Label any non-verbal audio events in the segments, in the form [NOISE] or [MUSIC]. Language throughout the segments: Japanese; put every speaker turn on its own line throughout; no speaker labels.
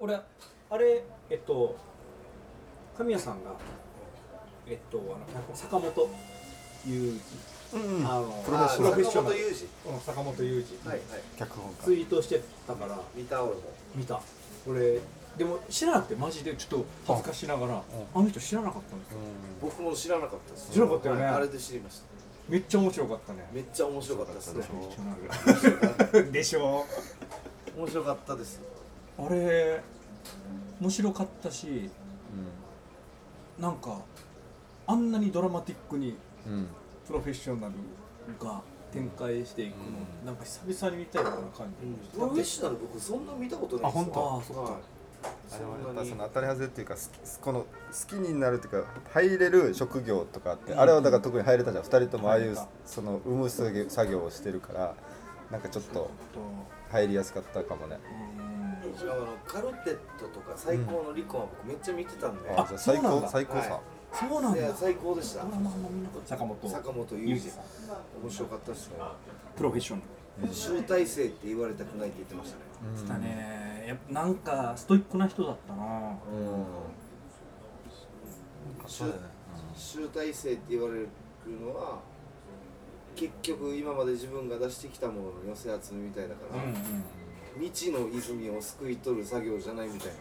俺あれえっと神谷さんがえっとあの坂本雄二、あの
プロフェッショナル
プロフェッショ
坂
ナ
本
ル
雄
うん坂本雄
二はいはい
脚本家
ツイートしてたから
見た俺も
見た俺でも知らなくてマジでちょっと恥ずかしながらあの人知らなかったんですよ
僕も知らなかったです
知らなかったよね
はいあれで知りました
めっちゃ面白かったね
めっちゃ面白かったですね
でしょ [LAUGHS]
面白かったです
あれ面白かったしなんかあんなにドラマティックに
うんうん
プロフェッショナルが展開していくの、なんか久々に見たような感じ、
プロフェッショナル僕そんな見たことないです
あ本当
あそっか
はい
あれはやっぱ
そん
その
なに
当たり外れっていうか好きこの好きになるっていうか入れる職業とかってあれはだから特に入れたじゃん2人ともああいう
入れた
その産む作業作業をしてるからなんかちょっと
と
入りやすかったかもね
うん
あのカルテットとか最高のリコは僕めっちゃ見てたんで、
あじゃあ最
そうなん
高
だ
最高さ
は
そうなん
い
だ
や最高でした
ドラマあんま見なかった坂本
坂本
雄
雄
二
二
さ
さ
ん
ん面白かったですね
プロフェッショナ
集大成って言われたくないって言ってましたね
ルしたねやっぱなんかストイックな人だったな
うん
集集大成って言われるのは結局今まで自分が出してきたものの寄せ集めみたいだから、未知の泉を救い取る作業じゃないみたい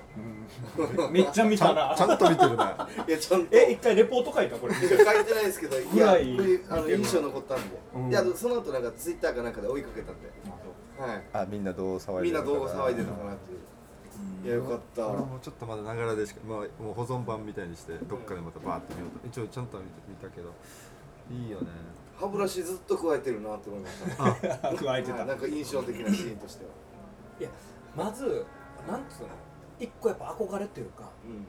な
うん [LAUGHS] めっちゃ見たな
ちゃんと見てるね
いやちゃんと
え一回レポート書いた [LAUGHS] これ
いや書いてないですけど、い
ぐ
や、
ら
こ
い
れあの印象残ったんで、
うん
いや、その後なんかツイッターかなんかで追いかけたんで、は
あみんなどう騒
い、
い
みんな
でる
どう騒いで
る
るのかなっていう。いや、よかった。
俺もちょっとまだながらでしか、まあ、もう保存版みたいにしてどっかでまたバーって見ようと一応ちゃんとは見て見たけどいいよね
歯ブラシずっと加えてるなって思いました。
加えて
は
た
いなんか印象的なシーンとしては。
いやまずなんつうの一個やっぱ憧れというか
うん。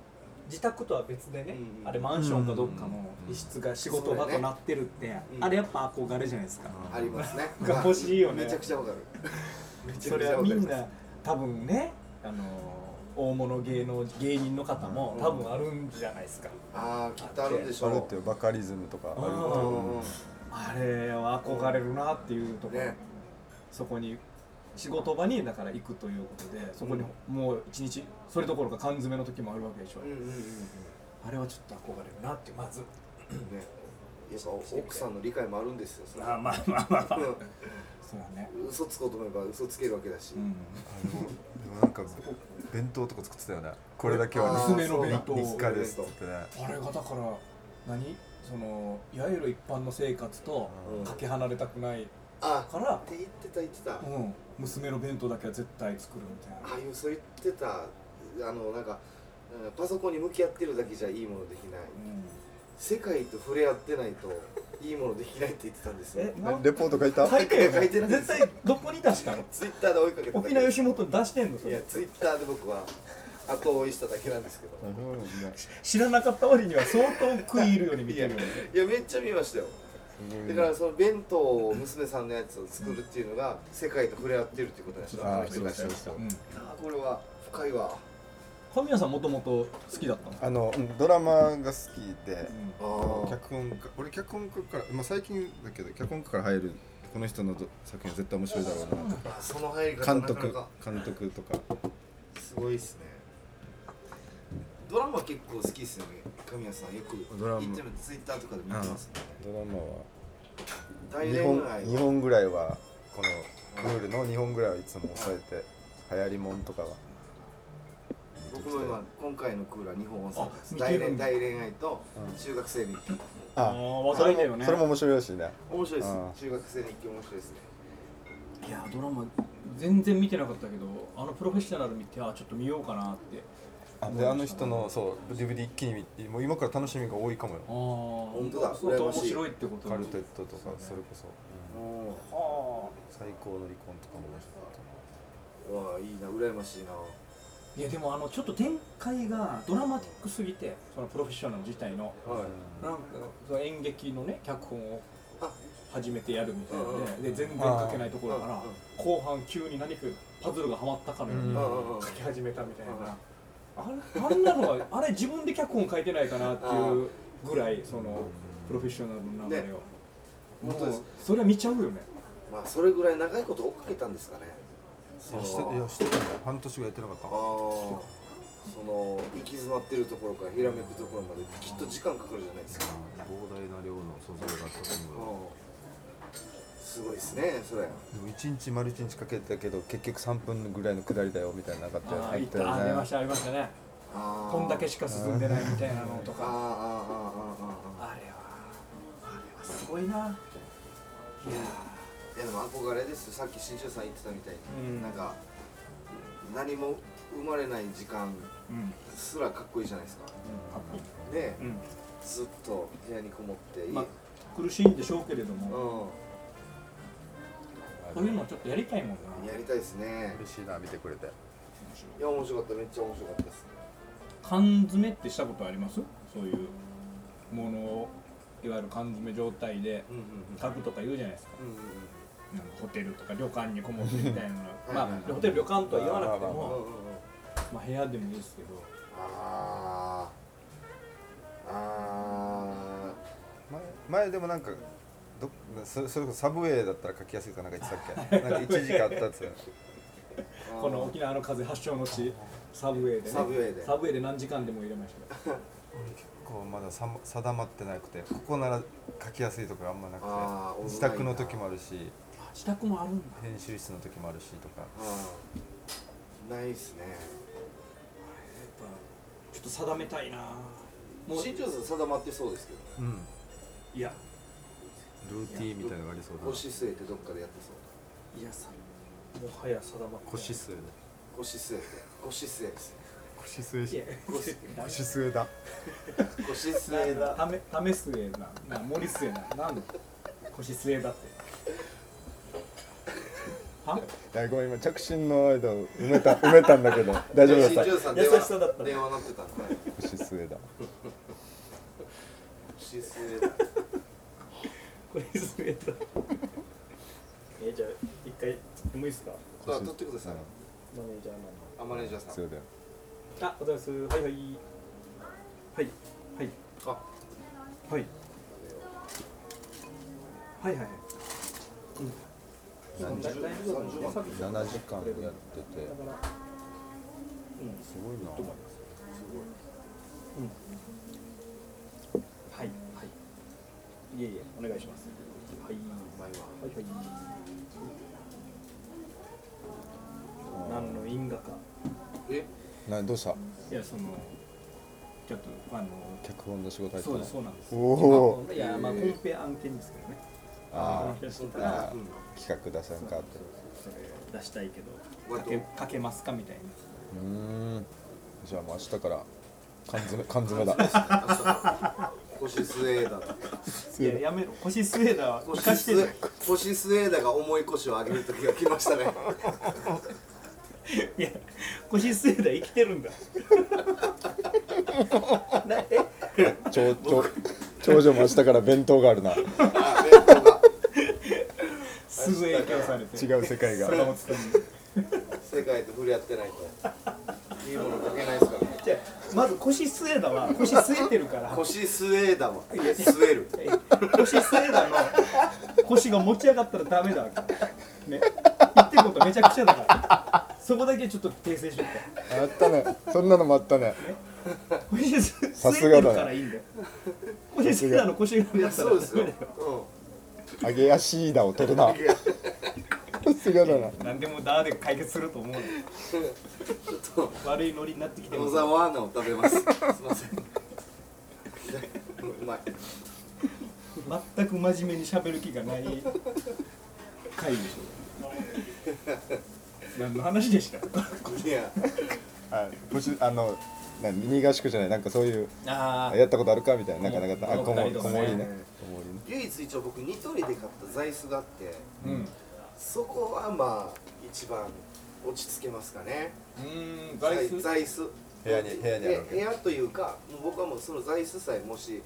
自宅とは別でね、
うん
あれマンションかどっかの
うん
一室が仕事場となってるって、
うん
あれやっぱ憧れじゃないですか、
うん
ありますね。
[LAUGHS] が欲しいよね
めちゃくちゃわかる。めちゃ
[LAUGHS] そ
く
れ
ちゃ
は
わか
み
り
ん
ま
な多分ねあの大物芸能芸人の方も
うん
多分あるんじゃないですか、
す。ああ、きっとあるんでし
あ
ょう。
るっていうバカリズムとかある
うん
あ
と
うんうん
あれは憧れるなっていうところ、
ね
そこに仕事場にだから行くということでそこにもう一日それどころか缶詰の時もあるわけでしょ、
うんうんうんうん。
あれはちょっと憧れるなってまず
ね。やっぱ奥さんの理解もあるんですよ。それ
あまあまあまあまあ
う
そうだね
ん嘘つこうと思えば嘘つけるわけだし。
うん
でもなんか弁当とか作ってたよねこれだけは
あー
娘の弁当
そう
日課ですっつってね
あれがだから何そのいわゆる一般の生活と
うん
かけ離れたくない
あ
から
っ、て言ってた言ってた、あ
うん、娘の弁当だけは絶対作るみたいな
あいうそう言ってたあのなんかうんパソコンに向き合ってるだけじゃいいものできない世界と触れ合ってないといいものできないって言ってたんですよ
えな
レポート書いた
書いてる
書いてない
絶対どこに出したの
ツイッターで追いかけただけ
沖縄吉本に出してんのそ
いや
れ
ツイッターで僕は後追いしただけなんですけど
なるほどね
知らなかった割には相当食い入るように見てるよね
いやめっちゃ見ましたよだからその弁当を娘さんのやつを作るっていうのが世界と触れ合ってるってことでしょ
あ
あの
あ
人
そ
が
う
した
そ
ら
うそう
うん
あーこれは深いわ
神谷さんもともと好きだったの
あのうんドラマが好きで
あ
脚本家俺脚本家から、まあ、最近だけど脚本家から入るこの人のど作品は絶対面白いだろうなと
ーあその入り
か
方
監
なかな
督
か
監督とか
すごいっすねドラマ結構好きっすよね神谷さんよく
ドラマ
インターネットツイッターとかで見てますね
ドラマは
大
日
恋
本
愛
日本ぐらいはこのルールの日本ぐらいはいつも抑えて流行りもんとかは
僕も今今回のクーラー日本音声です
あ
大
見てる
恋
んだ
大恋愛と
うん
中学生日記
あ
あ
ー忘れてよね
それも面白いらしいね
面白いっす
あー
中学生日記面白いっすね
いやドラマ全然見てなかったけどあのプロフェッショナル見てあちょっと見ようかなって
あであの人のそう DVD 一気に見てもう今から楽しみが多いかもよ
ああ本
当だ
相当
羨ま
面
しい
白いってこと
カルテットとかそれこそ、
お
は
最高の離婚とかも面白かっ
ーわあいいな羨ましいな
あいやでもあのちょっと展開がドラマティックすぎてそのプロフェッショナル自体の
はい
なんかその演劇のね脚本を
あ
初めてやるみたい
うんうん
なでで全然書けないところか
う
ら
んうん
後半急に何かパズルがはまったかのよう
う
に
ん
うんうんうん
書き始めたみたいなあれあんなのはあれ自分で脚本書いてないかなっていうぐらいそのプロフェッショナルの流れを、
本
も
当です
うそれは見ちゃうよね
まあそれぐらい長いこと追っかけたんですかね
いやしていやしてたんだよ半年ぐらいやってなかった
ああその行き詰まってるところからひらめくところまできっと時間かかるじゃないですか
膨大な量の素材があったと
あ
思うよ
ーすごいですねそれ
でも1日丸1日かけてたけど結局3分ぐらいの下りだよみたいなのなかったよ
あ
ね
あいったありましたありましたね
あー
こんだけしか進んでないみたいなのと
あーあ
か
ーあーあーあ
あれはあれはすごいないや
ーいやでも憧れですよさっき新庄さん言ってたみたいに、
うん
なんか何も生まれない時間
ーうん
すらかっこいいじゃないですか
かっこいい
ね
うん
ずっと部屋にこもっていい、
まあ苦しいんでしょうけれども
う
こういうのちょっとやりたいもん
ん
な
やりたいですね
嬉しいな見てくれて
いや面白かっためっちゃ面白かったです
缶詰ってしたことありますそういうものをいわゆる缶詰状態で
うんうん
家具とか言うじゃないですか
うんうん
なんかホテルとか旅館にこもってみたいなの
い
まあホテル旅館とは言わなくて
うんうん
も、
うんうんうん
まあ、部屋でもいいですけど
あーあ
前前でもなんかどっそそれこそサブウェイだったら書きやすいとかなんか
[LAUGHS]
言ってたっけなんか一時期あったっつう
ー
この沖縄の風発祥の地サブウェイでね
サブウェイで
サブウェイで何時間でも入れましたよ
結構まださま定まってなくてここなら書きやすいとかあんまなく
あー
て自宅の時もあるし
あ自宅もあるんだ
編集室の時もあるしとか
うんないですね
やっぱちょっと定めたいなもう
新庄さん定まってそうですけど
うん
いや
ルーティーンみたいなのがありそうだな
腰据えてどっかでやってそう
いやさもはや定まって
腰据えだ
腰据えて腰据えですね
腰据え
いや腰
腰据えだ
腰据え
な
だ
ためため末なな森末ななんで腰末だって
[LAUGHS]
は
ごめん今着信の間を埋めた [LAUGHS] 埋めたんだけど大丈夫だ
新
っ
庄さん
優
電
しさだった
話
ね
電話鳴ってたんで
た腰据えだ
腰据えだ
腰末だ [LAUGHS] えじゃあ一回もういいですか
あ取ってください
マネージャー
あマネージャーさん
据えだよ
マンあおはようございますはいはいはいはいは
あ
いはいはいはいうんだ大丈夫
30
だと思う
30万
7時間やってて
だからうん
すごいな
と思いますうんはいはいいえいえお願いしますはい
前
は
は
いはい何の因果か
え
などうした
いやそのちょっとあの
脚本の仕事入っ
そう
たの
ですそうなんです
おお
いやまあコンペ案件ですけどね
あ
話してた
ー
ら
あー企画出せんかって
出したいけど
割
か
と
けかけますかみたいな
うーんじゃあもう明日から缶詰缶詰だ
腰据えだ
いややめろ腰据えだわ
腰
かして
据
る
え腰据えだが重い腰を上げる時が来ましたね
いや、腰据えだ生きてるんだ。 [LAUGHS] なえ
長長長女も明日から弁当があるな違
あ弁当が
すぐ影響されて。
う世界が
坂本さんに
世界と触れ合ってないといいもの書けないですからね
じゃあまず腰据えだは腰据えてるから。
腰据えだわ据える
え腰据えだの腰が持ち上がったらダメだわけ。ね。言ってることめちゃくちゃだから。そこだけちょっと訂正しとくか
あったねそんなのもあったね
腰据
さ
据
す
えて
がだね
るからいいんだよ。腰据えだの腰が
い
上だ
や
った
そ
ら
うですよ、
ダメだよ。
う
揚げ足だを取るなさすがだな
何でもダーで解決すると思うの
ん、ちょっと
悪いノリになってきてま
野
す
沢アナを食べますすいませんうまい
全く真面目に喋る気がない回でしょ何の話でした
いや
あ無事あのな右合宿じゃないなんかそういう
あ
やったことあるかみたいななんかなかったあ
こ
こ
も
も
りと
こ
かね
もりねこもりね
唯一一応僕ニトリで買った座椅子があって
うんう
そこはまあ一番落ち着けますかね
ーん
座
外
椅
出
座椅子
部屋に部屋にあるわ
で部屋というかもう僕はもうその座椅子さえもし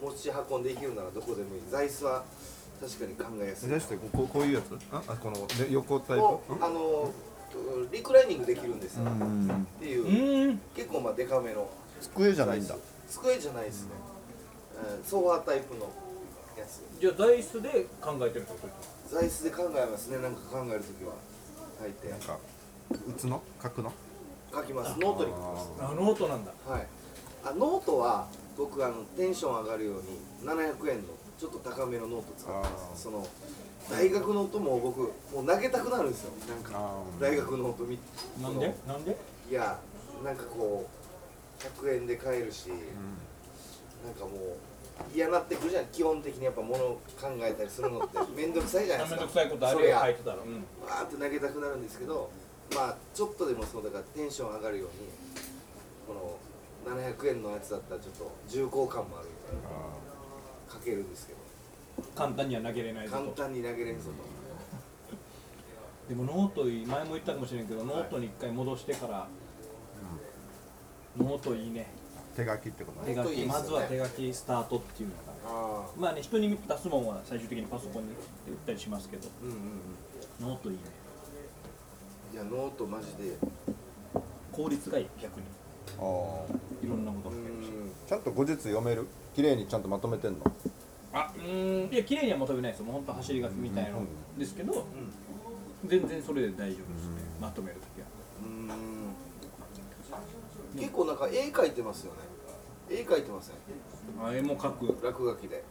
持ち運んでいけるならどこでもいい座椅子は確かに考えやすいな
てこうこういうやつああこので横タ
もうあのリクライニングできるんです
う
よ、
んう
っ
んうん
ていう、
うーん
結構まあデカめの
机じゃないんだ
机じゃないですね、うんソファータイプのやつ
じゃあ座椅子で考えてるってこと
座椅子で考えますねなんか考えるときは、は書いて
なんか打つの書くの
書きますノートに書きます
あ
あノートなんだ
はいあノートは僕あのテンション上がるように700円のちょっと高めのノート使ってま
あー
すその大学の音も僕もう投げたくなるんですよなんか
あー
大学の音見て
なんでなんで
いやなんかこう100円で買えるし、なんかもう嫌なってくるじゃん基本的にやっぱ物を考えたりするの
[LAUGHS]
って面倒くさいじゃない
め
です
ん
か
どくさいことあ
そ
る
れ
よ
が
書いてたらうん
わーって投げたくなるんですけどまあちょっとでもそうだからテンション上がるようにこの700円のやつだったらちょっと重厚感もあるみたい
あ
なかけるんですけど
簡単には投げれないぞ
簡
と
単に投げれんぞ
でもノートいい前も言ったかもしれんけどノートに一回戻してからノートいいね
ー手書きってこと
手書
ね
ノートい
き
いですよね
まずは手書きスタートっていうのが
とああ
まあね人に出すもんは最終的にパソコンに打ったりしますけど
うんうんうん
ノートいいね
いやノートマジで
効率がいい逆に
あー
いろんなこと
う
が書けるし
ん
ちゃんと後日読める綺麗にちゃんとまとめてんの
あうーんいや綺麗にはまとめないですよもうほんと走り書きみたいなのですけど、全然それで大丈夫ですね、まとめるときは
うん結構なんか絵描いてますよね絵描いてません
あれも書く
落書きで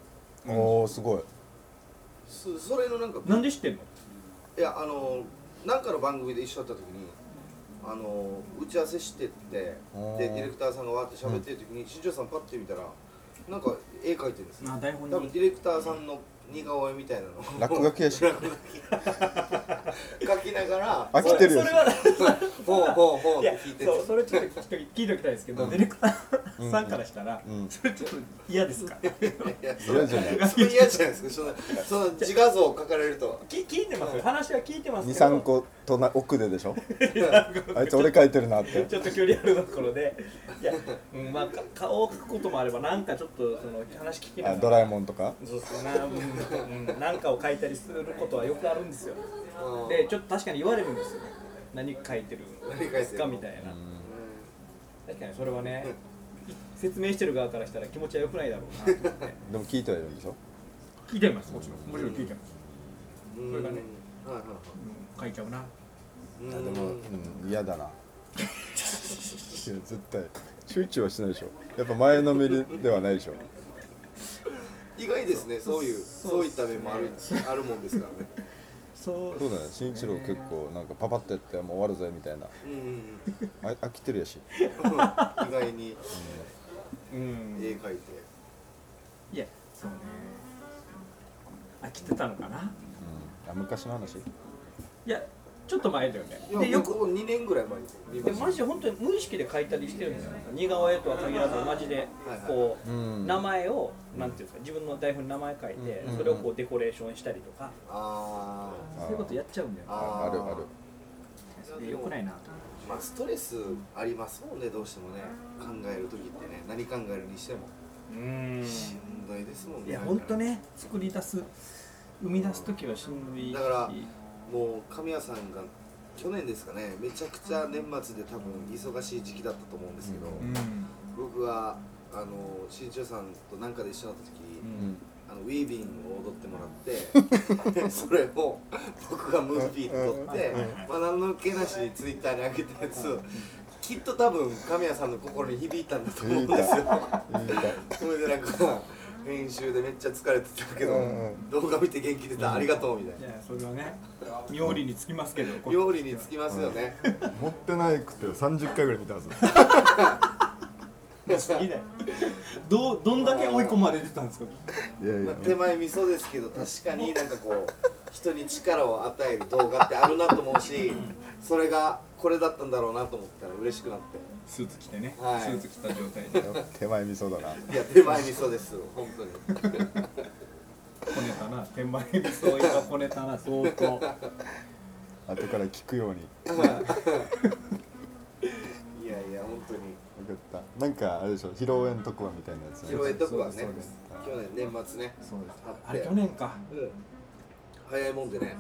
おおすごい
そそれのなんか
なんで知ってんの
いやあのなんかの番組で一緒だった時にあの打ち合わせしてってで
あ
ディ
ー
レクターさんがわーって喋ってる時に新庄さんパッて見たらなんか絵描いてるんですよ
あ台本
多分
に
ディレクターさんの似顔絵みたいなのを
落書きやし
描きながら
飽きてるよ
それは
ほうほうほうっ
いや
て聞いてる
そうそれちょっと聞いておきたいですけど、
うん
ディレクターさんからしたら、
うん
それちょっと嫌ですか
いやそれ
嫌じゃない
それ嫌じゃないですかそのその自画像を描かれると
き聞いてますよ話は聞いてますけど
23個とな奥で
[LAUGHS]
でしょあいつ俺書いてるなって
ちょっと距離あるところでいや、
[LAUGHS]
うんまあ、か顔を描くこともあればなんかちょっとその話聞きなが
あ
ら
ドラえもんとか
そうそうな、うんうん、なんかを書いたりすることはよくあるんですよ
うん
でちょっと確かに言われるんですよ何書いてる
何
ん
書いてる
ですかみたいな確かにそれはね説明してる側からしたら気持ちは良くないだろうなと思って
でも聞いてはいるんでしょ
聞いてみますもちろんもちろん聞いてます、
うん
それがね
うんはいは
うん、書いちゃうない
あ
は
で
い
も、
うん
うん、嫌だないや絶対躊躇はしないでしょやっぱ前のめりではないでしょ
意外ですねそういう
そ
そうう
っ
い
す
っ
ね
た面もあるあるもんですからね
そう
そうだね新一郎結構なんかパパってやってもう終わるぜみたいな
うんうんうん
あ飽きてるやし
意外に
うん
絵描いて
いやそうね飽きてたのかな
うんあ昔の話
いやちょっと前だよね
いや
でよく
僕も2年ぐらい前に見
で
ました
マジで本当に無意識で書いたりしてるんですよ似顔絵とは限らずマジでこう、
うん
名前をなんていうんですか自分の台本に名前書いて、
うん
それをこうデコレーションしたりとか、
あー
そういうことやっちゃうんだよ
ああるある
ねで良くないなと思
まあストレスありますもんねどうしてもね考える時ってね何考えるにしても
ううん
しんどいですもんね
いや本当ね作り出す生み出す時はしんどいし
だからもう神谷さんが去年ですかねめちゃくちゃ年末で多分忙しい時期だったと思うんですけど、
うん
僕はあの新潮さんと何かで一緒になった時、
うん
あのウィービンを踊ってもらってそれを僕がムービー撮って、まあ、何の気なしにツイッターに上げたやつをきっと多分神谷さんの心に響いたんだと思うんですよ
うんいいか
それでなんか編集でめっちゃ疲れてたけど、
うんう
動画見て元気出た、ありがとうみたい
い
な
やそれはね妙理につきますけど
料理につきますよね、
持ってないくて30回ぐらい見たはず
すぎだよどうどんだけ追い込まれてたんですか
いやい
ま
や
あ、手前味噌ですけど確かになんかこう人に力を与える動画ってあるなと思うしそれがこれだったんだろうなと思ったら嬉しくなって。
スーツ着てね、
はい
スーツ着た状態で
手前味噌だない
や手前味噌です本当に
こねたな手前にそういったこねたな相当
後から聞くように
いやいや本当に
よかったなんかあれでしょ披露宴特番みたいなやつ
広えとこはね
そうです
去年年末ね
そうです
あって
あれ去年か
うん早いもんでね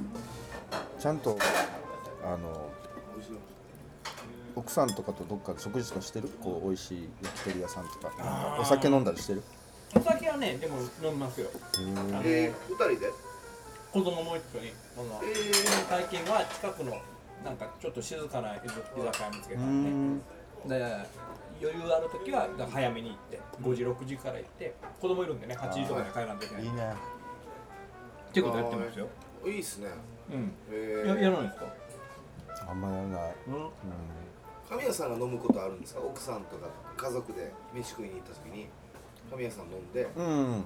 ちゃんとあの奥さんとかとどっかで食事とかしてるこう美味しい焼き鳥屋さんとか
あー
お酒飲んだりしてる
お酒はねでも飲みますよ
えー、二人で
子供も一緒にその
えー、
体験は近くのなんかちょっと静かな居酒屋見つけた
うんん
でで余裕ある時はだから早めに行って5時6時から行って子供いるんでね8時とかには帰らんといけない
い
っ
ね
ていうことやってますよ、
いいっすね
うん、
え
ややらないですか、
あんまやらない、
うん
う
神谷さんが飲むことあるんですか奥さんとか家族で飯食いに行った時に神谷さん飲んで
ん、うん、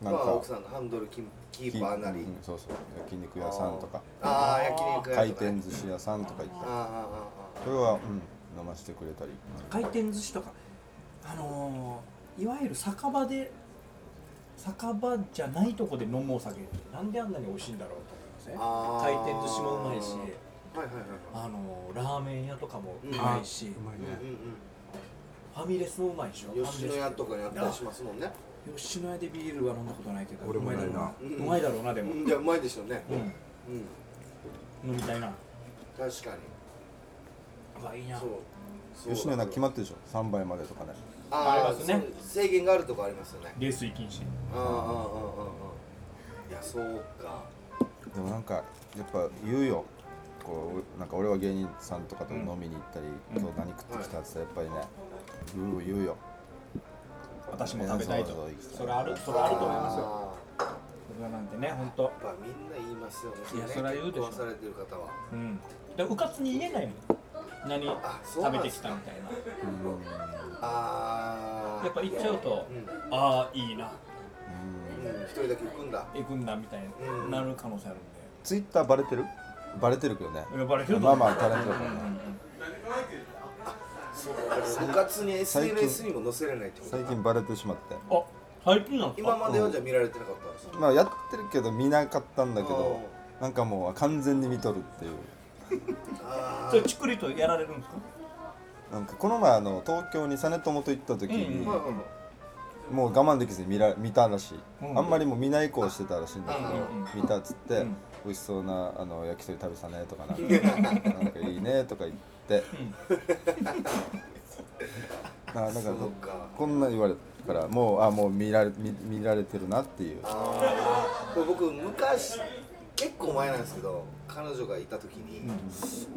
まあ奥さんのハンドルキキーパーなり
うんそうそう焼肉屋さんとか
ああ焼肉屋
回
とかね
転寿司屋さんとか行っ
あーあー
た
あ
それは、うん、飲ましてくれたり
回転寿司とかあのーいわゆる酒場で酒場じゃないとこで飲むお酒なんであんなに美味しいんだろうと思いますね
あー
回転寿司もうまいし
ーはいはいはいは
あのーラーメン屋とかもうまいし、
まい
いうん
ファミレスもうまいでしょ
うんうん吉野家と
か
かにあったりしますもんね
吉野家でビールは飲んだことないけど
俺もないな
うまいだろうなうまいだろうなでも、
うんいやうまいでしょうね
うん
うん
飲みたいな
確かに
あいいな
そうそう
吉野家決まってるでしょ3杯までとかね
あ
あ
あ
りますね
制限があるとこありますよね
泥酔禁止
ああああああいやそうか
でもなんかやっぱ言うよこうなんか俺は芸人さんとかと飲みに行ったり、今日何食ってきたって言ったらやっぱりね言う言うよ
私も食べたいと
そうそうそう
それあるそれあると思いますよ
あ
僕らなんてね本当
ーやっぱみんな言いますよね
いやそれは言うでしょ
結婚されてる方は
うんでうかつに言えないもん何
あそうな
食べ
んで
て
す
き
か
たみたいな
ああ
やっぱ行っちゃうと
うん、うん
ああいいな
一人だけ行くんだ
行くんだみたいになる可能性あるん
ツイッターバレてるバレてるけどね
で呼ばれてると
まあ
思う
まあバレてるからね
部活に
最近
SNS にも載せれないってこと
最近バレてしまって
あ最近なんです
今
か
まではじゃあ見られてなかったんですか
まあやってるけど見なかったんだけどなんかもう完全に見とるっていう
あ
それちくりとやられるんですか
なんかこの前あの東京に実朝と行った時に、
うん
あ、はいはいはい
もう我慢できずに見ら見たらしい、
うん
あんまりもう見ない子をしてたらしいんだけど、
う
見たっつって、
うん
美味しそうなあの焼き鳥食べたねとかなんかなんかいいねとか言って、ななんか
そうか
こんな言われたからもうあもう見られ見見られてるなっていう
あーこれ僕昔結構前なんですけど彼女がいた時に、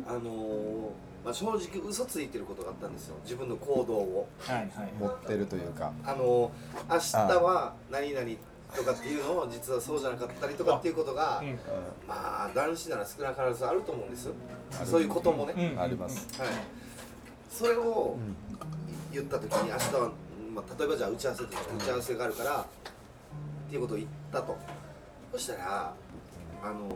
あのーまあ、正直嘘ついてることがあったんですよ自分の行動を
はいはい
持ってるというか
あのー明日は何々とかっていうのを実はそうじゃなかったりとかっていうことが、
うん
まあ男子なら少なからずあると思うんですよそういうこともね、
うん
あります、
はいそれを言った時に明日は、まあ、例えばじゃあ打ち合わせとか打ち合わせがあるからっていうことを言ったとそしたらあの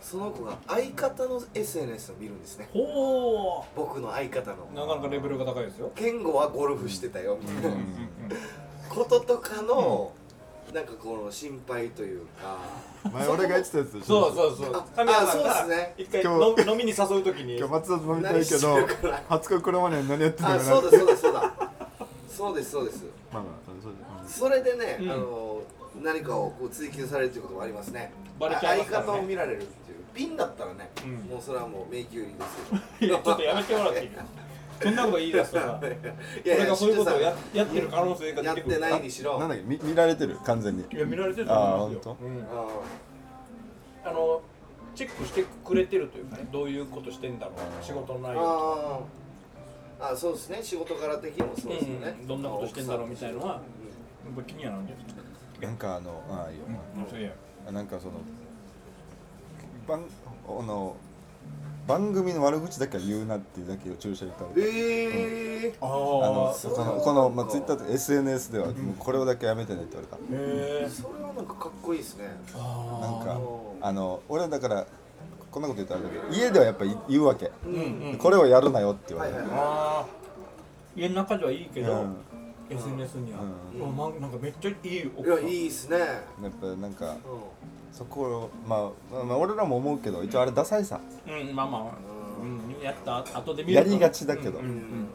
その子が相方の SNS を見るんですね
ほ
僕の相方
う
の
なかなかレベルが高いですよ
健吾はゴルフしてたよみたいな
うんうん
こととかの、なんかこの心配という [LAUGHS] か
前俺が言ってたやつで
そうそうそう
あ
神谷さん
あそう
が
で
一回
今
の飲みに誘うときに
松田と飲
みたいけど何してるか
初恋これまで何やって
あそうだそうだそうだそうですそうです
まあまあそう
それでね、
うん
あの何かをこう追求されるっていうこともありますね
バレちゃいますから
あ
ね
相方を見られるっていうピンだったらね、
うん
もうそれはもう迷宮入りです
[LAUGHS] い
よ
やちょっとやめてもらっていいですかそんなこと言い出すとさ
[LAUGHS] いやい
俺
や
がそういうことを
や
ややってる可能性が
や
出
っ
く
て
る
てないにしろ
なんだっけ見見られてる完全に
いや見られてると思います
あー
よ
本、
うん、
あ
あのチェックしてくれてるというかねどういうことしてんだろう仕事の内
ー
容
あーあそうですね仕事柄的にもそうですよね、
うんどんなことしてんだろうみたいのはや
うん
っぱ気にはなるんじゃないですか
なんかあのああいいよ、
うんそういや
なんかその番あの番組の悪口だけは言うなっていうだけを注射に言ったの
え
あ
あの
あ
そう
このこの、まあ、ツイッターと SNS ではもうこれをだけやめてねって言われた、
へえ
ー、それはなんかかっこいいですね
なん
あ
か
ー
あの俺はだからこんなこと言ったらあれだけど家ではやっぱり言うわけ、
うんうん
これをやるなよって言わ
は
れ
いは
る、
いは
あー家の中ではいいけど、
うん
SNS には、
う
うんまなんかめっちゃいい
いい
奥
や
さん
いいですね
やっぱなんか
うん
そこを、まあ、まあ俺らも思うけど一応あれダサいさ
うんまあまあ、うん、やった後で見る
や
と
りがちだけど、
うんう
うんん
うん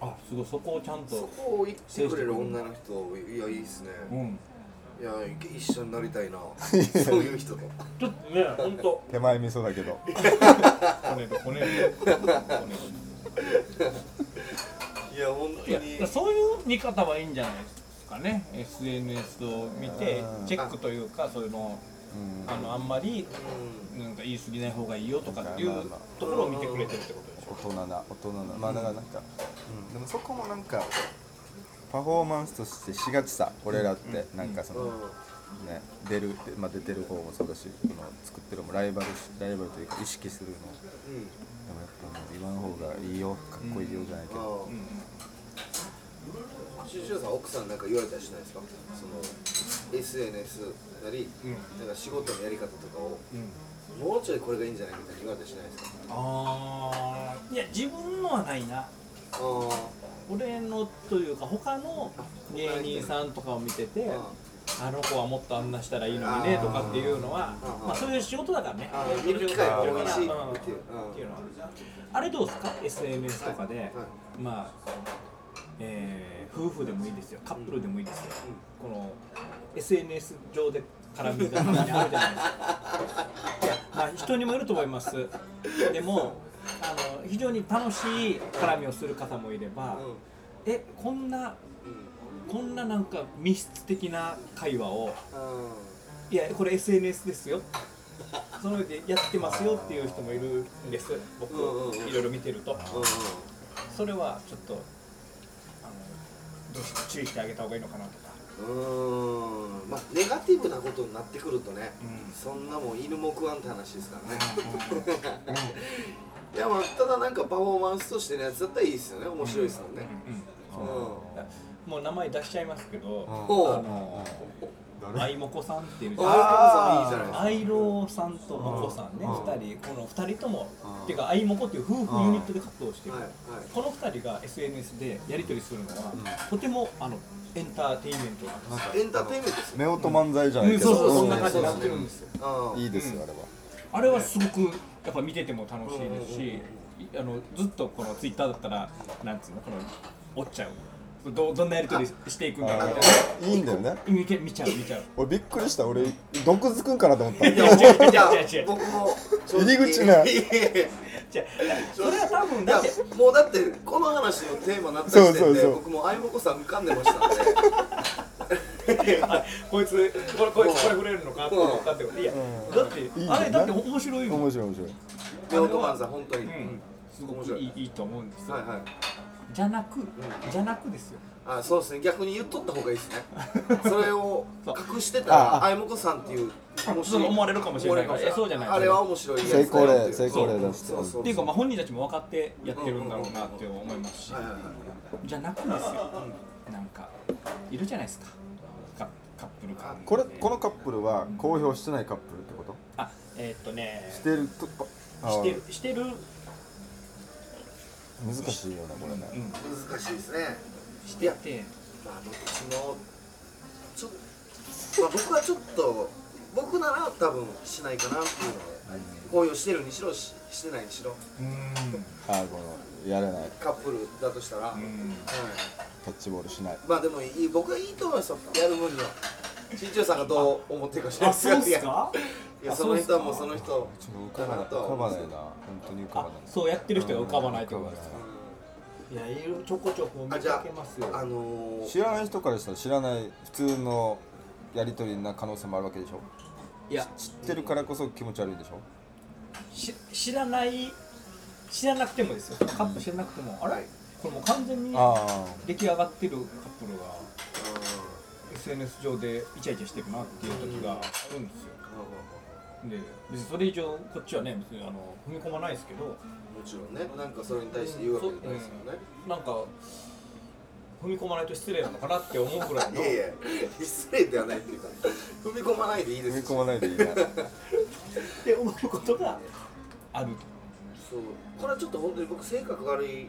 あすごいそこをちゃん
そ
と
こを言ってくれる女の人いやいいですね、
うん
いや一緒になりたいなそういう人と
ちょっとね本当
手前味噌だけど
骨と骨と骨と
いや本
い
当
や
に
そういう見方はいいんじゃないですかね SNS を見て
うん
チェックというかそういうのを
うん
あのあんまり
う
なんか言い過ぎない方がいいよとかってい
まあまあ
う
まあ
ところを見てくれてるってことでしょ
大人な大人なまあだからなんか、うん、でもそこもなんかパフォーマンスとしてしがちさ俺らってなんかその、
んうん
ね、出る、でまあ、出てる方もそうだしこの作ってる方もライバルしライバルというか意識するのでもやっぱもう言わん方がいいよかっこいいよじゃないけど、
ああ修士さん奥さんなんか言われたりしないですかその SNS なり、
うん
なんか仕事のやり方とかを
うん、
もうちょいこれがいいんじゃないみたいに言われたりしないですか
ああいや自分のはないな
ああ
俺のというか他の芸人さんとかを見ててあの子はもっとあんなしたらいいのにねとかっていうのは
あー
まあそういう仕事だからね
あー見る機会が多いし
うん
っていううん
っていうのはあれどうですか SNS とかで、まあ、えー夫婦でもいいですよカップルでもいいですよ、この SNS 上で絡みがたまにあるじゃないですかいや、まあ、人にもよると思いますでもあの非常に楽しい絡みをする方もいれば、えこんなこんななんか密室的な会話をいやこれ SNS ですよその上でやってますよっていう人もいるんです僕
うんうんうん
いろいろ見てると。それはちょっとあのどうして注意してあげた方がいいのかなとか、
うんまあネガティブなことになってくるとね、
うん
そんなもん犬も食わんって話ですからね、 [LAUGHS] いやまあただなんかパフォーマンスとしてのやつだったらいいですよね面白いですもんね、うん
もう名前出しちゃいますけど、
うん
ほう
あのあいもこさんっていう
ああいいじゃないですか
アイローさんともこさんね、
うん
二人この二人とも、
うん
っていうかあいもこっていう夫婦ユニットで活動してる、
はいはい
この二人が SNS でやり取りするのは、とてもあのエンターテインメントなんです
エンターテインメントですよ、
夫婦漫才じゃないけ
そ
ど、
うそうそ
うんん
な感じにな
そ
っ
う
て
そう
るんですよ
あ
いいですよ、
うん
あれは
あれはすごくやっぱ見てても楽しいです
うんうんうん
し、いあのずっとこのツイッターだったらなんつうのこの追っちゃうどどんなやり取りしていくんだろうみたい
あいいんだよね
な見て見ちゃう見ちゃう
俺びっくりした俺毒づくんかなと思った
いや違う違う
いや
違う違う違う
僕も
[LAUGHS] 入り口ね
いやいやい
違
や
うそれは多分
い
だ
や
って
もうだってこの話のテーマになった時点
そうそう
で
そう
僕もあいもこさん浮かんでま [LAUGHS] したんでいや
あこいつこれこいつこれ触れるのかって思ったってこといや
うん
だって
いいよ
あれだって面白いもん、う
面白い面白い
夫婦漫才本当に、
ん、すご
面
く
白い
いいいいと思うんですよ
はいはい
じゃなくじゃなくですよ
あそうですね逆に言っとった方がいいです
[LAUGHS]
ねそれを隠してた
ああ
らあいもこさんっていう面
そう思われるかもしれないから
思われ
え
るかもし
そう
れ
じゃない
あれは面白いやつだ
成
よ
功
ってい
例
う
成功例出して
そうそう
っていうかまあ本人たちも分かってやってるんだろうなって思いますし、
はいはいはい
じゃなくですよ、なんかいるじゃないですかカカップル間で
これこのカップルは公表してないカップルってこと
あえーっとね
してるとあ
してるしてる、
難しいよねこれね、
うん、
難しいですね
してて
まあどっちもちょっと、まあ、僕はちょっと僕なら多分しないかなっていうので公表してるにしろししてないにしろ
うーん
あーこのやれない
カップルだとしたら、
うー
はい
ん
キャッチボールしない
まあでもいい僕はいいと思いますよやる分には新庄さんがどう思ってるか知ら
あ
ない
そうっ
い
す
や
か
いやその人はもうその人
ちょっと浮かばない浮かばないな本当に浮かば
あ
ない
そうやってる人が浮かばないってことです
浮
か
かば
いやいろちょこちょこ見かけますよ
あの
ない
ー
知らない人からしたら知らない普通のやり取りな可能性もあるわけでしょ
いや
知ってるからこそ気持ち悪いでしょ
し知らない知らなくてもですよカップル知らなくても、あれこれもう完全に
ああ
出来上がってるカップルが
う
SNS 上でイチャイチャしてるなっていう時があるんですよ
ん
で別にそれ以上こっちはね別にあの踏み込まないですけど
もちろんねなんかそれに対して言うわけじゃないですよね、
なんか踏み込まないと失礼なのかなって思うぐらいの
いやいや失礼ではないっていうか [LAUGHS] 踏み込まないでいいで
踏
す
み
よ
込まないでいいな
って思うことがある
そうこれはちょっと本当に僕性格悪いっ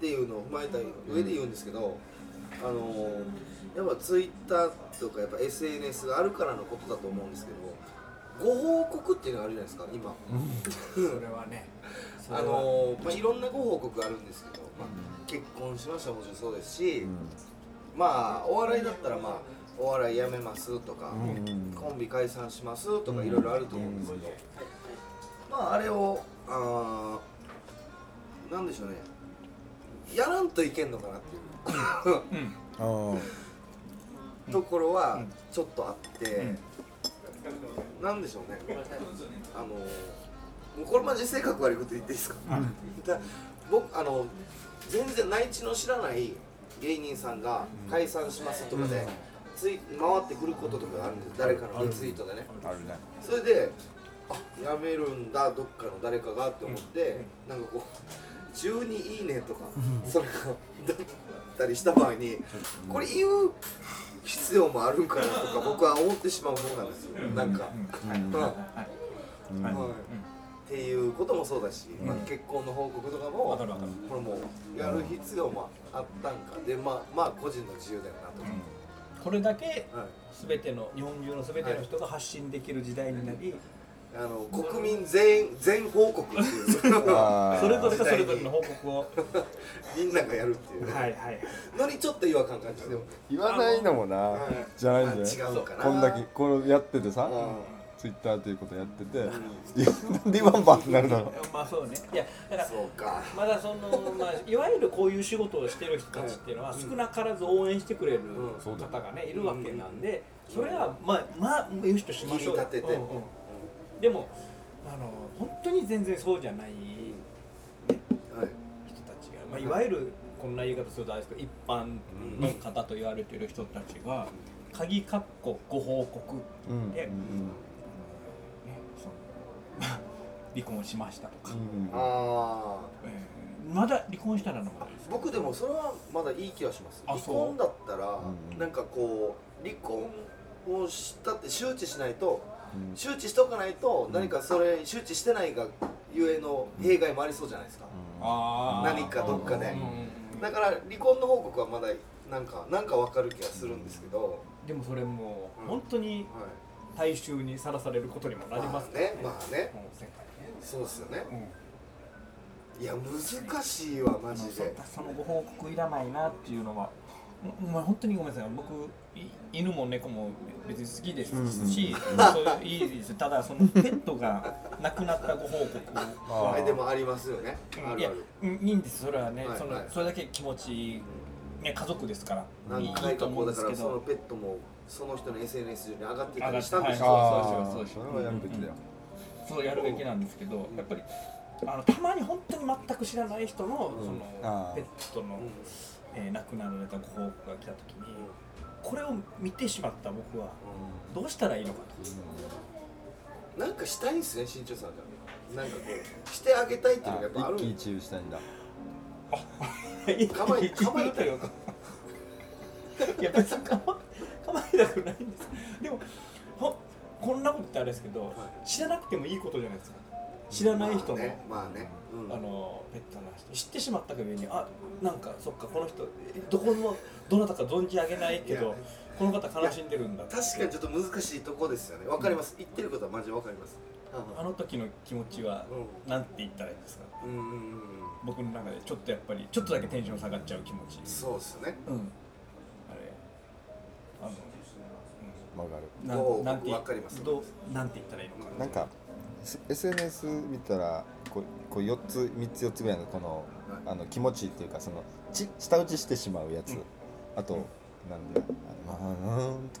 ていうのを踏まえた上で言うんですけど、あのーやっぱツイッターとかやっぱ SNS があるからのことだと思うんですけどご報告っていうのがあるじゃないですか今
それはねそれ
あ
は
のーまあ、いろんなご報告があるんですけど、まあ、結婚しましたもちろんそうですし、まあお笑いだったらまあお笑いやめますとか、
うん
コンビ解散しますとかいろいろあると思うんですけど、まああれをあーなんでしょうねやらんといけんのかなっていう
うん
うん
ところは
ん
ちょっとあって、
ん
なんでしょうねあのもうこれマジ性格悪いこと言っていいですかだ僕あの全然内地の知らない芸人さんが解散しますとかで、ツイ回ってくることとかがあるんです誰かのリツイートでね
あるね
それであやめるんだどっかの誰かがって思って、なんかこう「12いいね」とか、それがだったりした場合にこれ言う必要もあるんかなとか僕は思ってしまうもんなんですよなんか。
うん
まあ
うん
はい
はいっていうこともそうだし、まあ、結婚の報告とか
わ
も、
かるわかる
これもうやる必要もあったんかでまあまあ個人の自由だよなとか、
これだけ
はい
全ての日本中の全ての人が発信できる時代になり、
あの国民全員全報告っていう
あー
それぞれがそれぞれの報告を
みんながやるっていう
はいはいはい
のにちょっと違和感感じても
言わないのもなじゃないんじゃ
あ
ない
違うかな
こんだけこれやっててさ
うん
ツイッターということやってていやなん [LAUGHS] で言わんばってなるだろ
[LAUGHS]
う
まあそうねいやだから
そうか
まだその、まあ、いわゆるこういう仕事をしてる人たちっていうのは少なからず応援してくれる
うん
そうだ
方がねいるわけなんでそれはまあまあ言う人しましょうよ
切り立てて
うんうんでもあの本当に全然そうじゃない
はい
人たちが、まあ、いわゆるこんな言い方するとあれですけど一般の方と言われてる人たちが「鍵括弧ご報告」
うんうん
で、ねそのまあ離婚しましたとか、
うんうん
ああ
えーまだ離婚したらのもある
僕でもそれはまだいい気はします
あ
離
そう
婚だったら
うん
なんかこう離婚をしたって周知しないと
うん
周知しとかないと何かそれ周知してないがゆえの弊害もありそうじゃないですか
あ
何かどっかで
うんうんうん
だから離婚の報告はまだなんかなんかわかる気がするんですけど
でもそれも
うん
本当に
はい
大衆にさらされることにもなりますからね,うん、
まあねま
世界ね
そうですよね
うん
いや難しいわマジで
そのご報告いらないなっていうのは、うまあ、本当にごめんなさい僕い犬も猫も別に好きですし、そういいですただそのペットが亡くなったご報告
あ
は
ー
えでもありますよねあ
い
るあ
や
る
うんいいんですそれはね、
はい
その
はい
それだけ気持ち、ね、家族ですから
何回かこうだからその
ど
ペットもその人の SNS 上に上がって
上
た
が
り
っ
したんでし
そ
ょ
うはい
あー
そうですそ
そ
うです
れはやるべきだよ
そうやるべきなんですけどやっぱりあのたまに本当に全く知らない人の,、そ
あ
の
ー
ペットの、えー亡くなられたご報告が来た時にこれを見てしまった僕はどうしたらいいのかと
なんかしたいんですね新潮さんがなんかこうしてあげたいっていうのがやっぱあ
あ
る
一喜一憂したいんだ
構
え構えて
よ [LAUGHS] いや別に構え構えたくないんですでもほこんなことってあれですけど、知らなくてもいいことじゃないですか知らない人の、
まあねまあね
あ
うん
のペットの人知ってしまったがゆえにあなんかそっかこの人えどこのどなたか存じ上げないけ
い
ど
や
この方悲しんでるんだって
確かにちょっと難しいとこですよねわかります言ってることはマジわかります
あの時の気持ちは
う
なんて言ったらいいんですか
うんうんうんうん
僕の中でちょっとやっぱりちょっとだけテンション下がっちゃう気持ち
そうですよね
うんあれあの
曲がる
な
お
ん
う
なんて
わかります
どうなんて言ったらいいのか
なんか S- SNS 見たらこうこう4つ3つ4つぐらいのこのあの気持ちっていうかそのち舌打ちしてしまうやつ、
うん
あと、なんだあのまあうんと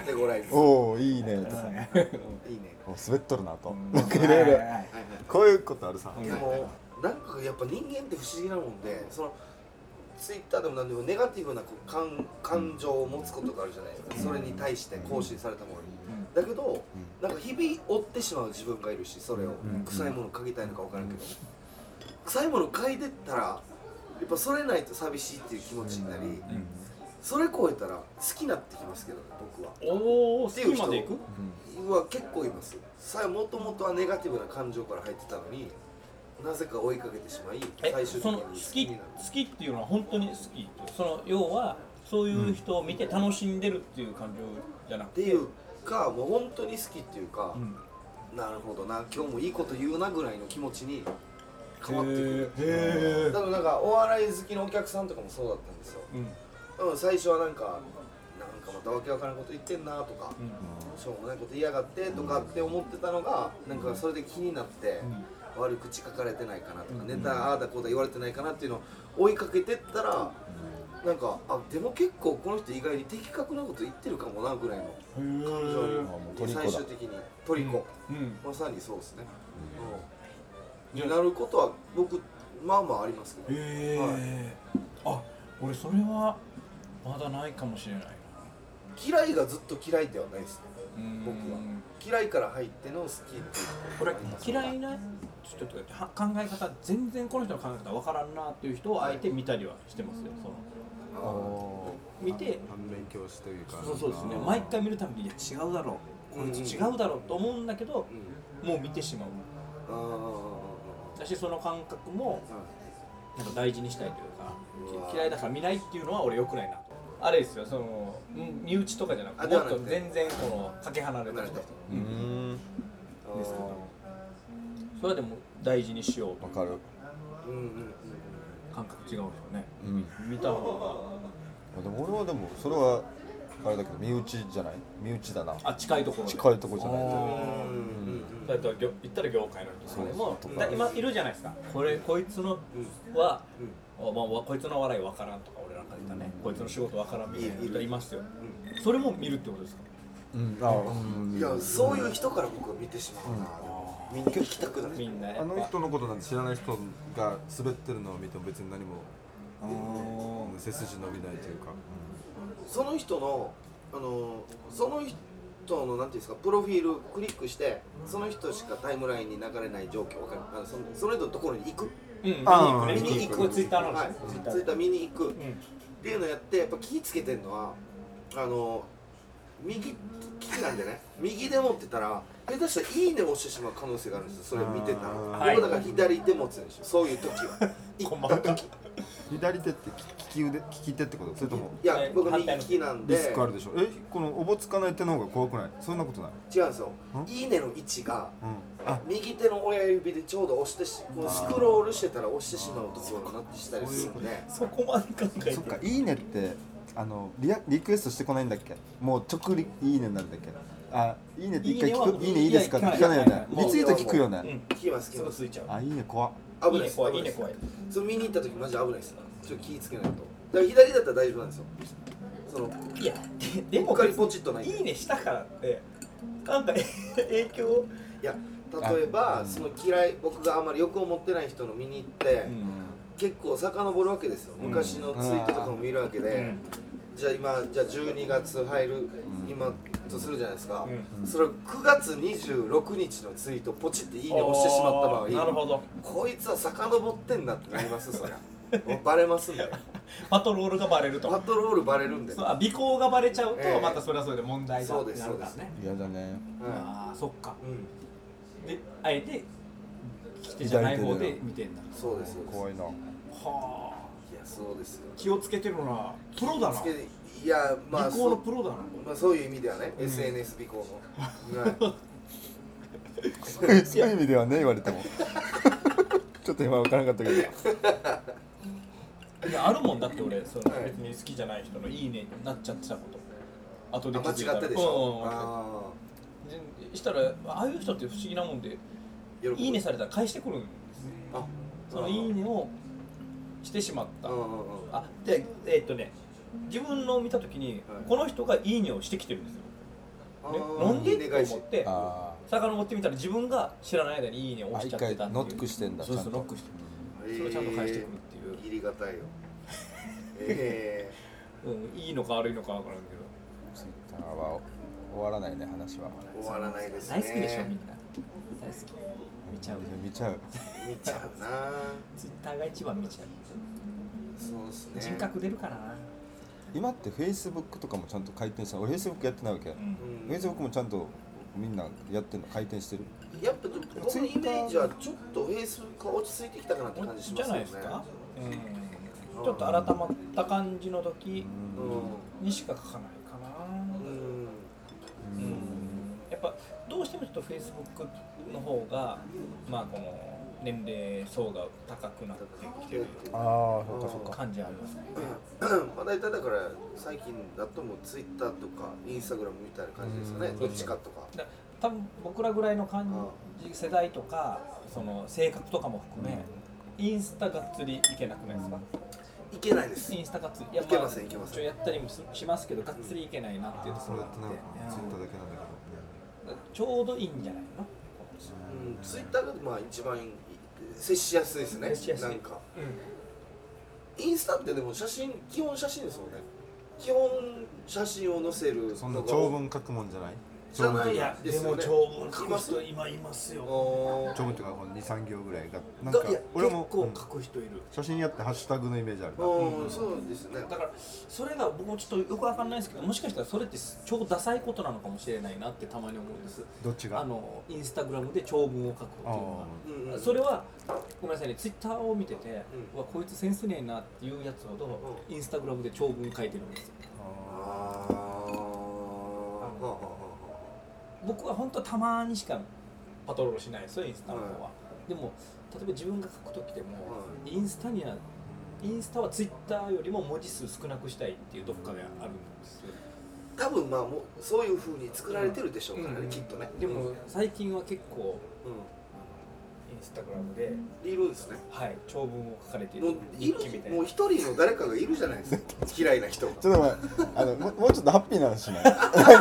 カテゴライズい
「
い
おおいいね」とか
な
ね
「お滑っとるな」と
うん
なんかいろいろ
はいはい
はいはい
[LAUGHS] こういうことあるさ
うん
でもなんかやっぱ人間って不思議なもんでそのツイッターでも何でもネガティブなこう感感情を持つことがあるじゃないですかそれに対して行使されたものにだけどなんか日々追ってしまう自分がいるしそれを
うん
臭いもの嗅ぎたいのか分からんけど臭いもの嗅いでったらやっぱそれないと寂しいっていう気持ちになり
うん
それ超えたら好きになってきますけどね僕は
おお好きまでいく
うわ結構いますさもともとはネガティブな感情から入ってたのになぜか追いかけてしまい
え
最終的
そ
に
の
好
好
き
き
に
好
なる
きっていうのは本当に好きその要はそういう人を見て楽しんでるっていう感情じゃなく
ってていうかもう本当に好きっていうか
う、ん
なるほどな今日もいいこと言うなぐらいの気持ちに変わって
へ
く
え
るだからなんかお笑い好きのお客さんとかもそうだったんですよ
うん
多分最初はなんかなんかまたわけわからんこと言ってんなとか、
うん
しょうもないこと言いやがってとかって思ってたのがなんかそれで気になって、悪口書かれてないかなとか、ネタああだこうだ言われてないかなっていうのを追いかけてったらなんかあでも結構この人意外に的確なこと言ってるかもなぐらいの
うん
感情
あ
に
もうトリコだ
最終的にトリコ、
うん
まさにそうですね、うん
じゃあ
なることは僕まあまあありますけ
へ
ど、
え、あ俺それはまだないかもしれないな
嫌いがずっと嫌いではないですね
うん
僕は嫌いから入っての好きっていう
これ嫌
い
いなちょっと待っては考え方全然この人の考え方わからんなっていう人をあえて見たりはしてますよその見て
反面教師というか
そうそうですね毎回見るたびにいや違うだろうこいつ違うだろうと思うんだけど
うん
もう見てしまう
あーあ
私その感覚も
ーあーあ
なんか大事にしたいという
う
か
わ
き嫌いだから見ないっていうのは俺良くないなとあれですよそのん身内とかじゃなく
あ
て
で
も
は
っ
なくて
と全然このかけ離れた人
離れた
う
うん
ん
ー
ですけど
あー
それはでも大事にしよう
わ
と
かる
うんうんうん
感覚違うんですよね
うん
見た方
でも俺はでもそれはあれだけど身内じゃない身内だな
があ近いところで
近いとこじゃない
あ
うん
ー
うん
だって言ったら業界の人
そう
でも
と
か
だ今いるじゃないですかこれこいつのは、あまあわこいつの笑いわからんとか俺なんか言ったね、こいつの仕事わからんみたいな人いますよそれも見るってことですか
うんあうん
うんいやそういう人から僕は見てしまうな見に行きたくな
み
る
んなや
あ
っぱ
の人のことなんて知らない人が滑ってるのを見ても別に何もうん背筋伸びないというか、
その人のあのその人のなんていうんですかプロフィールクリックしてその人しかタイムラインに流れない状況わかるあのそのその人のところに行く
うん
あー
見に行くね見に行くツイッターの
は
話
い
ですツイッター
ツイッター見に行く、
うん
っていうのやってやっぱ気ぃつけてんのはあの右利きなんでね右で持ってたら下手したら「いいね」を押してしまう可能性があるんですよそれ見てたら
あ
ー
僕だから左手持つんでしょそういう時は
[LAUGHS]
こんばんは
左手って利き腕利き手ってことそれとも
いや
え
僕
反
右
対
利
の
きなんで
リス
違
クあ
うん
るでしょえこのおぼつかない手の方が怖くないそんなことない、
ですよ
ん
「いいね」の位置が
うん、あ
右手の親指でちょうど押してしこうスクロールしてたら押してしまうところになってしたりするんで
そこまで考えてる
そっか「いいね」ってあのリアリクエストしてこないんだっけもう直リ「いいね」なんだっけあいいね」って一回聞く「
い
い
いねはもう
いねいいですか?」って聞かないよ
いやいや
ね
いや
リツイート聞くよ
う
ね
ん
聞きま
す
す聞き
ぐ
ます
ついちゃう
あ「いいね」怖っ
危
いい
ない
ね
です
怖いい
危
いね
なです
怖い
それ見に行った時マジ危ないですちょっと気ぃつけないとだから左だったら大丈夫なんですよその
いやででも
うっかりポチッとない
いいねしたからってなんか [LAUGHS] 影響を
いや例えばその嫌い僕があんまり欲を持ってない人の見に行って、結構遡るわけですよ
ん
昔のツイートとかも見るわけで、
うん
じゃあ今じゃあ12月入る、今とするじゃないですか、
う
それ9月26日のツイートポチって「いいね」押してしまった場合
あーなるほど
こいつは遡ってんなってなります
[LAUGHS]
そりゃもうバレますんで
パトロールがバレると
パトロールバレるんで、
そうあ尾行がバレちゃうと
ええ
またそれはそれで問題だ
そう
って
です
なるからね
嫌だね
は
ああそっか
いうん、
であえて来てじゃない方で見てんだ
そうですそうです
怖いな
はあ
いやそうですよ
気をつけてるなプロだな
つけいやまあ
尾行の
そう
プロだな
まあ、そういう意味ではね、SNS 尾行の、はい
[LAUGHS] そういう意味ではね言われても [LAUGHS] ちょっと今分からなかったけど
いやあるもんだって俺その
はい
別に好きじゃない人の「いいね」になっちゃってたこと後で気
間
づいた
違
ら
ったでし
うん
ょ
でしたらああいう人って不思議なもんで
喜ぶ
「いいね」されたら返してくるんですね
あ
その「いいね」をしてしまった
うんうんうん
あでえーっとね自分のを見た時に、
はい
この人が「いいね」をしてきてるんですよ、
あ
ね
ー、
なんで
いいね
と
返し
思って
あ
遡ってみたら自分が知らない間に「いいね」を押しちゃってたっていう
あ一回ノックしてんだ
そうそう
ちゃんと
ノックしてるそれをちゃんと返してくるっていう、
えー、入りがたいよえ
うん、いいのか悪いのか分からんけど
あツイッターは終わらないね話は
ー、終わらないですね
大好きでしょみんな大好き見ちゃう
見ちゃう
見ちゃうな
ツイッターが一番見ちゃう、
そうですね
人格出るからな、
今ってフェイスブックとかもちゃんと回転してない俺フェイスブックやってないわけフ
ん
ェイスブックもちゃんとみんなやってんの回転してる
やっぱでも僕のイメージはちょっとフェイスが落ち着いてきたかなって感じし
じ
ま
ゃ
す
ない
よね
ですか、うん、ちょっと改まった感じの時
うん
にしか書かないかな、
うん
やっぱどうしてもちょっとフェイスブックの方がまあこの年齢層が高くなってきてる
ああ
そっかそっか
感じはありますね
まあ大体だから最近だともうツイッターとかインスタグラムみたいな感じですよね
うん
どっちかとか
だ多分僕らぐらいの感じ世代とかその性格とかも含め、インスタがっつりいけなくないですか、
いけないです
インスタがついや
いけませんいけませ
一
ん
応やったりもすしますけどがっつりいけないなっていうとこ
そ
ろ
れ
が
や
あっ
っててなんかツイッターだけなんだ
うんちょうどいいんじゃないの
うんツイッターがまあ一番接しやすいですね
接しやすい
なんか
う
インスタってでも写真基本写真ですよね基本写真を載せるの
け
が
どそんな長文書くもんじゃない
じゃない
んい
じゃ
や
な
でも長文書く人今いますよ
あ
長文とかこの23行ぐらいがなんか
がいや
俺
結
も
構
うん
書く人いる
写真やってハッシュタグのイメージあるな
ーうんそうですね
だからそれが僕もちょっとよくわかんないですけどもしかしたらそれって超ダサいことなのかもしれないなってたまに思うんです
どっちが
あのインスタグラムで長文を書くっていうのが
うんうん
それはごめんなさいねツイッターを見てて、
う
うわこいつセンスねえなっていうやつほど、インスタグラムで長文書いてるんですよ
あーはあはあは
僕は本当はたまにしかパトロールしないですよインスタの方は、
は
でも例えば自分が書く時でも、
は
インスタにはインスタはツイッターよりも文字数少なくしたいっていうどっかがあるんですよ
あ多分まあもうそういう風に作られてるでしょうからね、
うん
きっとね
で
うん
も最近は結構
うん
インスタグラムで、
リールですね
はい、長文を書かれてい
もう
る
い
日記みた
る
いな
もう一人の誰かがいるじゃないですか嫌いな人が
ちょっと待ってあのももうちょっとハッピーな話しないなん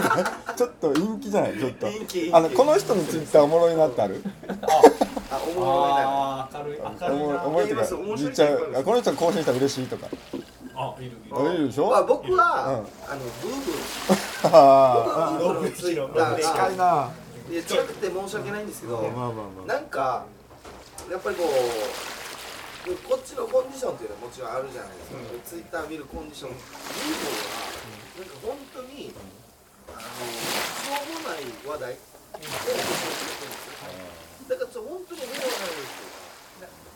かちょっと陰気じゃないちょっと
陰気陰気
あのこの人のツイッターおもろいなってある
あ思
あ
わ
ー明るい明
おもろいおも
るい
ろ
いやい
いと
ます
か
面白い
じっちゃうあこの人が更新したら嬉し
[LAUGHS]
いとか
なあいるいる
あいるでしょ
ないあ僕は、
うん
あのブーブー
あ
あ
ロブ
のツイッター
ロ
近いなあ
がいや近くて申し訳ないんですけど、 [LAUGHS]
まあまあまあ
なんかやっぱりこうこっちのコンディションっていうのはもちろんあるじゃないですか、ツイッター見るコンディション見るのはなんか本当にあのしょうもない話題でだからちょっと本当に妙なんです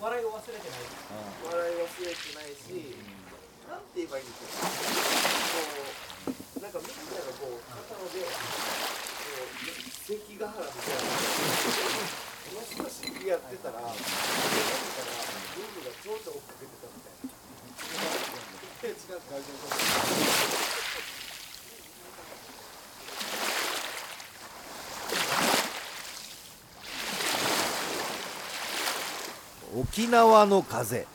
笑いを忘れてない
よ笑い忘れてないし、なんて言えばいいんですかこうなんかみんながこう肩のでこう関ヶ原みたいなもしもしやってたら、何からブームが蝶々追っかけてたみたいな。違う違う大丈夫
沖縄の風